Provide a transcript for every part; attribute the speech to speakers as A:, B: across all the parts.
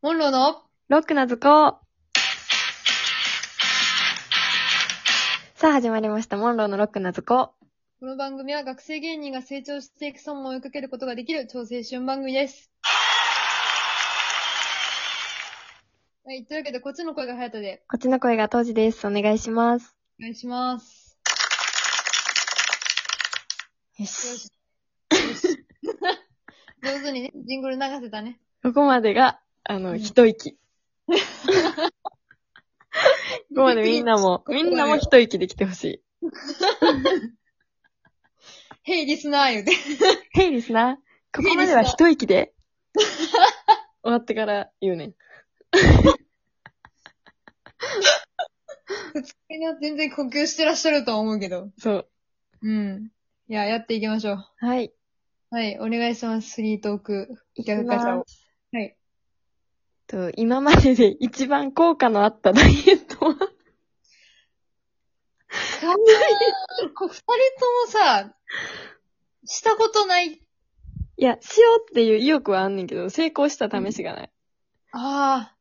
A: モンローの
B: ロックな図工。さあ、始まりました。モンローのロックな図工。
A: この番組は学生芸人が成長していく損を追いかけることができる調整春番組です。はい、というわけで、こっちの声が隼人で、
B: こっちの声が当時です。お願いします。
A: お願いします。
B: よ
A: よし
B: し。。
A: よし上手にね、ジングル流せたね。
B: ここまでが、あの、
A: うん
B: 一 息。ここまでみんなも、みんなも一息できてほし
A: ヘイリスナー言うて。
B: い。ヘイリスナー。ここまでは一息 で。終わってから言うねん。
A: みんな全然呼吸してらっしゃるとは思うけど。
B: そう。
A: うん。いや、やっていきましょう。
B: はい。
A: はい、お願いします。フリートーク。逆ガチャを
B: いきます
A: はい。
B: と、今までで一番効果のあったダイエットは
A: かわいい。こう二人ともさ、したことない。
B: いや、しようっていう意欲はあんねんけど、成功した試しがない。
A: ああ。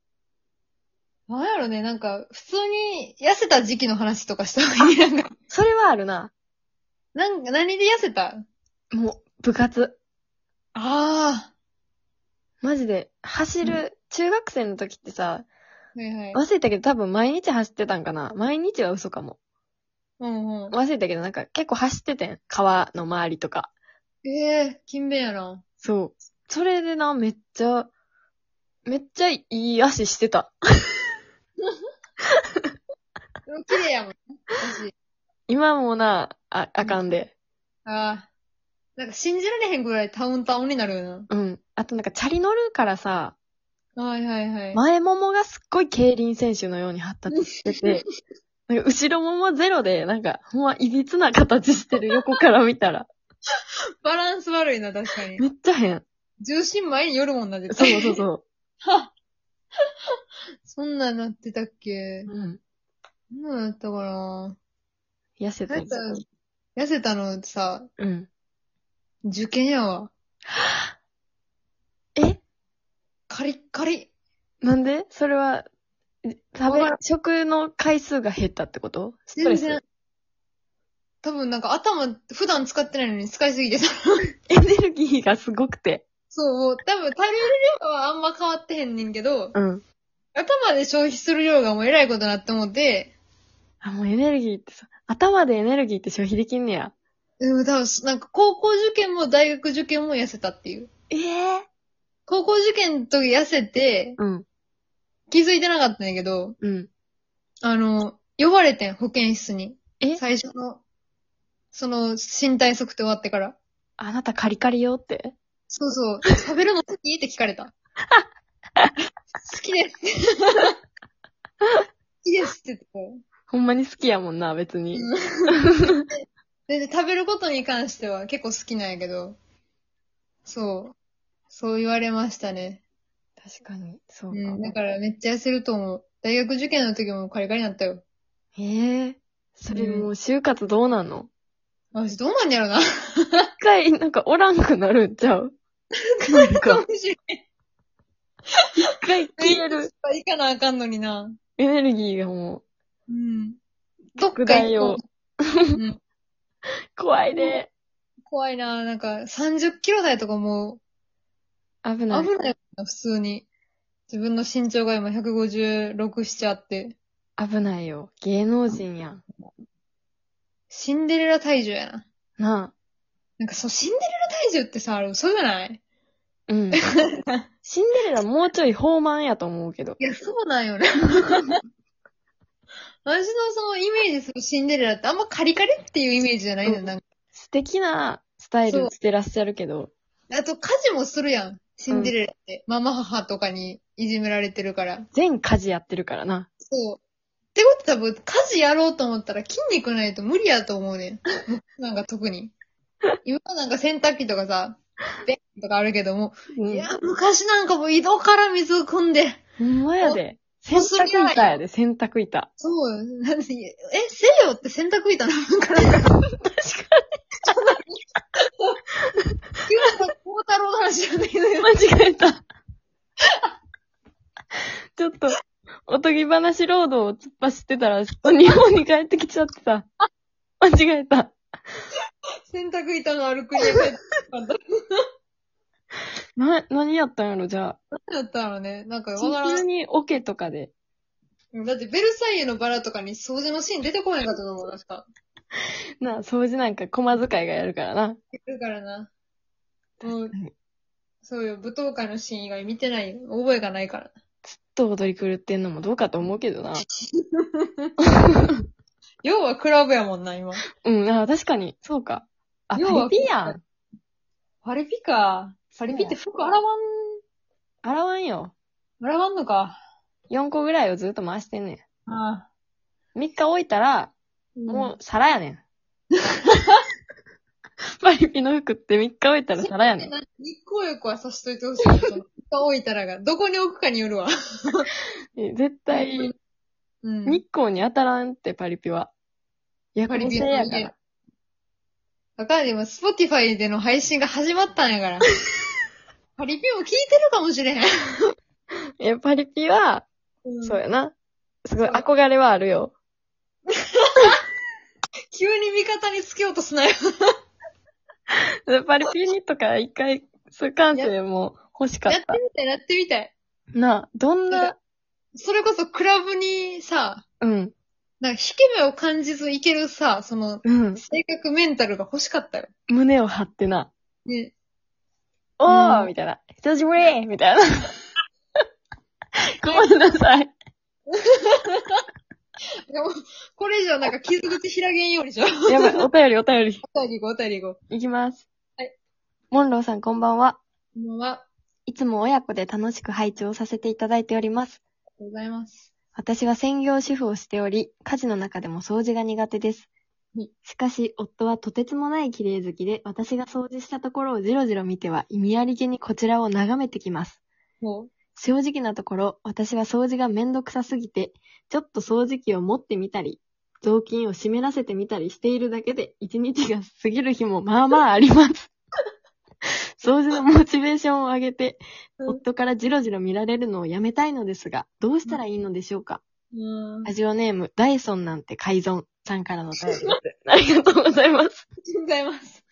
A: なんやろね、なんか、普通に痩せた時期の話とかした方がいい。 なんか、
B: それはあるな。
A: なんか何で痩せた
B: もう、部活。
A: ああ。
B: マジで、走る、中学生の時ってさ、
A: はいはい。
B: 忘れたけど多分毎日走ってたんかな。毎日は嘘かも。
A: うんうん。
B: 忘れたけどなんか結構走っててん。川の周りとか。
A: ええ勤勉やな。
B: そう。それでな、めっちゃ、めっちゃいい足してた。
A: でも綺麗やもん。私。
B: 今もな、あ、あかんで。
A: ああ。なんか信じられへんぐらいタウンタウンになるよ
B: うん。あとなんかチャリ乗るからさ、
A: な。はいはいはい。
B: 前ももがすっごい競輪選手のように発達して て、なんか後ろももゼロで、なんか、ほんま、いびつな形してる横から見たら。
A: バランス悪いな、確かに。
B: めっちゃ変。
A: 重心前によるもんな、絶
B: そ
A: 対。
B: うそうそう。
A: そんなんなってたっけ
B: うん。
A: そんなんだったかな
B: 痩せた
A: なんか痩せたのさ、
B: うん。
A: 受験やわ。
B: え
A: カリッカリ。
B: なんでそれは、え食
A: わ
B: べ
A: からん、
B: 食の回数が減ったってことスト
A: 全
B: レス
A: 然。多分なんか頭普段使ってないのに使いすぎてさ。
B: エネルギーがすごくて。
A: そう、もう多分食べる量はあんま変わってへんねんけど、
B: うん。
A: 頭で消費する量がもうえらいことになって思って、
B: あ、もうエネルギーってさ、頭でエネルギーって消費できんねや。
A: でも多分なんか高校受験も大学受験も痩せたっていう。
B: ええ
A: 高校受験の時痩せて、
B: うん。
A: 気づいてなかったんやけど、
B: うん。
A: あの、呼ばれてん、保健室に。
B: え
A: 最初の、その、身体測定終わってから。
B: あなたカリカリよって。
A: そうそう。食べるの好きって聞かれた。好きです。好きですって言って
B: ほんまに好きやもんな、別に。
A: たでで、食べることに関しては結構好きなんやけど、そう。そう言われましたね。
B: 確かに、そう
A: う
B: か。
A: ん。だからめっちゃ痩せると思う。大学受験の時もカリカリになったよ。
B: ええそれもう就活どうなんの、
A: 私どうなんやろな。
B: 一回、なんかおらんくなるんちゃうなんか、一回消える。
A: いかなあかんのにな。
B: エネルギーがも
A: うん。どっ
B: う、具
A: か
B: 材
A: 行
B: を
A: こ。う。うん
B: 怖いね。
A: 怖いなぁ。なんか、30キロ台とかも
B: 危
A: う、
B: ない。
A: 危ないな、普通に。自分の身長が今156、7あって。
B: 危ないよ。芸能人やん。
A: シンデレラ体重やな。
B: な
A: なんかそう、シンデレラ体重ってさ、あれ嘘じゃない
B: あ。うん。シンデレラもうちょい豊満やと思うけど。
A: いや、そうなんよね。 私のそのイメージするシンデレラってあんまカリカリっていうイメージじゃないのよ。なんか
B: 素敵なスタイ
A: そ
B: ル
A: う
B: してらっしゃるけど。
A: あと、家事もするやん。シンデレラって。ママ母とかにいじめられてるから。
B: 全家事やってるからな。
A: そう。ってことは多分、家事やろうと思ったら筋肉ないと無理やと思うねん。なんか特に。今なんか洗濯機とかさ、ベンとかあるけども、
B: うん
A: いや、昔なんかもう井戸から水を汲んで、
B: ほんまやで。洗
A: おそ
B: 濯
A: りゃあ
B: 板やで、洗濯板。
A: そうよ、なんで、え、西洋って洗濯板なのから、なんか
B: 確か
A: 急になんか、孝太郎の話じゃないのよ。
B: に間違えた。っと、おとぎ話ロードを突っ走ってたら、日本に帰ってきちゃってた。間違えた。
A: 洗濯板のある国へ帰ってきたんだ。
B: な、何やったんやろ、じゃ
A: 何だったのね。なんか
B: あ。
A: わ
B: 普
A: から
B: 通
A: ん。
B: にオケとかで。
A: だってベルサイユのバラとかに掃除のシーン出てこないかったと思う、確か。
B: なあ、掃除なんか駒使いがやるからな。
A: だからな。もう
B: かに、
A: そうよ、舞踏会のシーン以外見てないよ。覚えがないから。
B: ちょっと踊り狂ってんのもどうかと思うけどな。
A: 要はクラブやもんな、今。
B: うん、あ確かに。そうか。あ、
A: 要
B: パ
A: は
B: リピやん。
A: パリピか。パリピって服洗わん、
B: 洗わんよ。
A: 洗わんのか。
B: 4個ぐらいをずっと回してんね
A: ああ。
B: ん。3日置いたら、もう皿やねん。 パリピの服って3日置いたら皿やねん。
A: な日光浴はさしといてほしいけど。が置いたらが、どこに置くかによるわ。
B: え絶対、
A: うん。
B: 日光に当たらんって、パリピは。夜行
A: パ
B: 性やか
A: リピは
B: ら
A: ね。だからでも、スポティファイでの配信が始まったんや から。パリピも聞いてるかもしれへん。
B: え、パリピは、そうやな。すごい憧れはあるよ。
A: 急に味方につけようとすなよ。
B: でパリピにとか一回、そう感性も欲しかっ
A: やって
B: た。
A: みたい、やってみたい。
B: なあ、どん
A: なん
B: な、
A: それこそクラブにさ、
B: うん、
A: なんか引け目を感じずいけるさ、その、
B: うん、
A: 性格メンタルが欲しかったよ。
B: 胸を張ってな、
A: ね。
B: おー、
A: うん
B: みたいな、久しぶりみ たいな。ごめんなさい。
A: でも、これ以上なんか傷口開げんようにしよう。
B: やばい、お便りお便り。
A: おたりご、おたりご。
B: いきます。
A: はい。
B: モンローさんこんばんは。
A: こんばんは。あ
B: いつも親子で楽しく拝聴させていただいております。
A: りがとうございます。
B: 私は専業主婦をしており、家事の中でも掃除が苦手です
A: はい。
B: しかし、夫はとてつもない綺麗好きで、私が掃除したところをじろじろ見ては、意味ありげにこちらを眺めてきます。
A: もう、
B: 正直なところ、私は掃除がめんどくさすぎて、ちょっと掃除機を持ってみたり、雑巾を湿らせてみたりしているだけで、一日が過ぎる日もまあまああり ます。掃除のモチベーションを上げて、
A: うん
B: 夫からじろじろ見られるのをやめたいのですが、どうしたらいいのでしょうか
A: うーん
B: ラ。ジオネーム、ダイソンなんて改造さん からのお便りです。ありがとうございます。
A: ございます。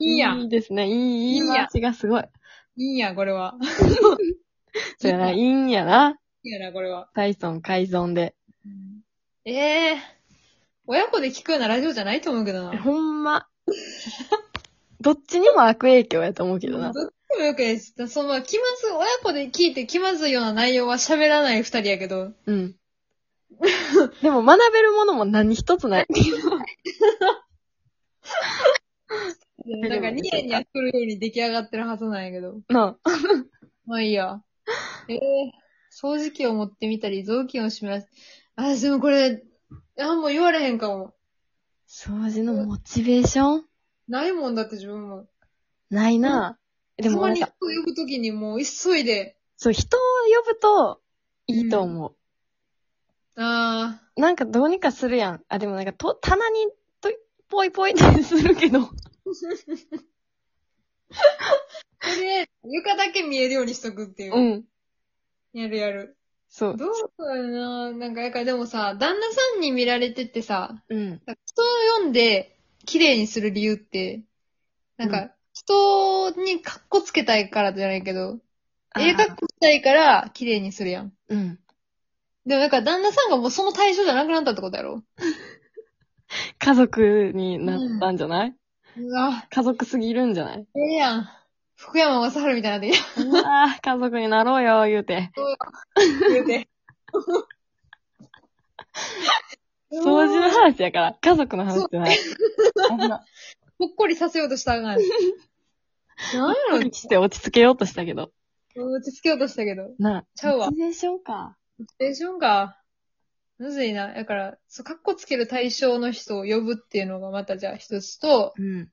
A: いいやん。
B: いいですね。いい、
A: いい
B: いい
A: やん
B: 話がすごい。
A: いいやん、これは。
B: そやな、いいんやな。
A: いいやな、これは。
B: ダイソン改造で。
A: ええ親子で聞くようなラジオじゃないと思うけどな。
B: ほんま。どっちにも悪影響やと思うけど
A: どっ
B: な。
A: ちもよくです。その、気まずい、親子で聞いて気まずいような内容は喋らない二人やけど、
B: うん。でも学べるものも何一つ ない。
A: なんかニヤニヤするように出来上がってるはずなんやけど。
B: なあ
A: まあいいや。ええ掃除機を持ってみたり、雑巾を湿らせ、あ、でもこれ、あんも言われへんかも。
B: 掃除のモチベーション
A: ないもんだって自分も。
B: ないな。で
A: た
B: も
A: ま
B: なん
A: に人
B: か
A: を、呼ぶときにもう急いで、
B: そう、人を呼ぶといいと思う。
A: ああ、
B: なんかどうにかするやん。あ、でもなんかと、棚に、と、ぽいぽいってするけど。
A: これ、床だけ見えるようにしとくっていう。
B: うん。
A: やるやる。
B: そう。
A: どうだろうななんか、やからでもさ、旦那さんに見られてってさ、
B: うん。
A: 人を読んで綺麗にする理由って、なん
B: う
A: か、人にカッコつけたいからじゃないけど、
B: あー
A: ええカッコしたいから綺麗にするやん。
B: うん。
A: でもなんか旦那さんがもうその対象じゃなくなったってことやろ
B: 家族になったんじゃない、
A: うわ、
B: 家族すぎるんじゃない
A: ええやん。福山雅治みたいなで
B: ああ、家族になろうよ、言うて。
A: 言うて。
B: 掃除の話やから、家族の話じゃない。あんな、
A: ほっこりさせようとしたがん。なんやろ
B: にして 落ち着けようとしたけど。
A: 落ち着けようとしたけど。
B: なあ。
A: ちゃうわ
B: モチベーションか。
A: テンションが、むずいな。だから、そう、カッコつける対象の人を呼ぶっていうのがまたじゃあ一つと、
B: うん。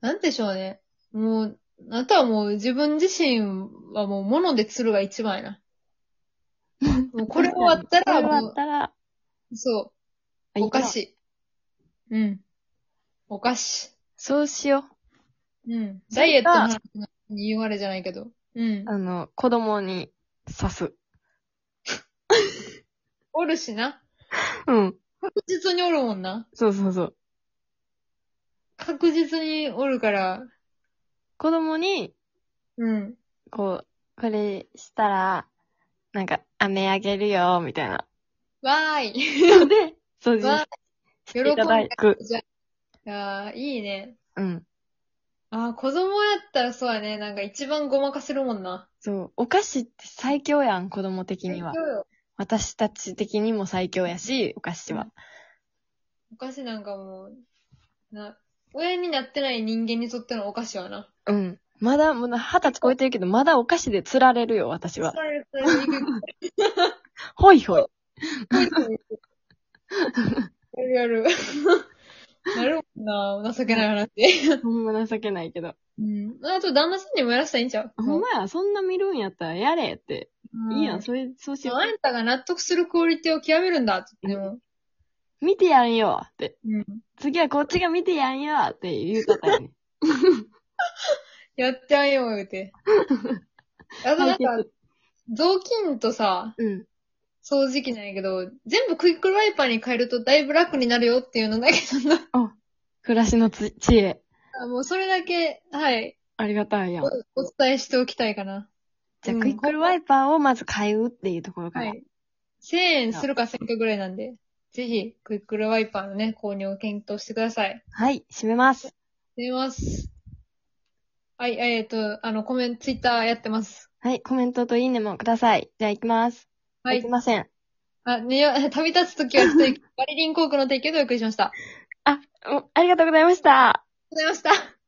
A: なんでしょうね。もう、あとはもう自分自身はもう物で釣るが一番や な。もうこれ終わったら、
B: これ終
A: も
B: わったら、
A: う、そ
B: あ
A: う、お菓。
B: いいか
A: 子。うん。お菓子。
B: そうしよ
A: うん。ダイエットの話に言われじゃないけど。うん
B: う。。あの、子供に刺す。
A: おるしな。
B: うん。
A: 確実におるもんな。
B: そうそうそう。
A: 確実におるから。
B: 子供に、
A: うん。
B: こう、これしたら、なんか、飴あげるよ、みたいな。
A: わーい。
B: ので、掃除
A: わ
B: していただく。
A: ーい。あーいいね。
B: うん。
A: ああ、子供やったらそうやね。なんか一番ごまかせるもんな。
B: そう。お菓子って最強やん、子供的には
A: 最。強よ
B: 私たち的にも最強やし、お菓子は。
A: お菓子なんかもう、な、親になってない人間にとってのお菓子はな。
B: うん。まだ、もうな二十歳超えてるけど、まだお菓子で釣られるよ、私は。
A: 疲れたら行く
B: ほいほい。
A: やるやる。なるもんな、情けない話。
B: ほんま情けないけど。
A: うん。あと、旦那さんにもやらせたらいいんちゃう
B: ほんまや、そんな見るんやったらやれって。
A: う
B: いいやん、
A: そ
B: それ、そうし
A: う
B: よ
A: あんたが納得するクオリティを極めるんだって言っても。
B: う。見てやんよって。
A: うん。
B: 次はこっちが見てやんよって言うとったよ ね。
A: やってあげよう、言う て。あとなんか、雑巾とさ、
B: うん。
A: 掃除機なんやけど、全部クイックルワイパーに変えるとだいぶ楽になるよっていうのだけなんだ。
B: 暮らしのつ知恵。
A: あもうそれだけ、はい、
B: ありがたいやん。
A: おお伝えしておきたいかな。
B: じゃ
A: う
B: あ、
A: ん
B: クイックルワイパーをまず買うっていうところか
A: は
B: ら。
A: い。1000円するか1000円ぐらいなんで、ぜひ、クイックルワイパーのね、購入を検討してください。
B: はい、閉めます。
A: 出ます。はい、えっ、と、あの、コメント、ツイッターやってます。
B: はい、コメントといいねもください。じゃあ、行きます。
A: は
B: 行
A: い
B: き。ません。
A: あ、ね、 旅立つ時は一人、バリリンコークの提供でお送りしました。あ
B: あ、うんありがとうございました。
A: りがとうございました。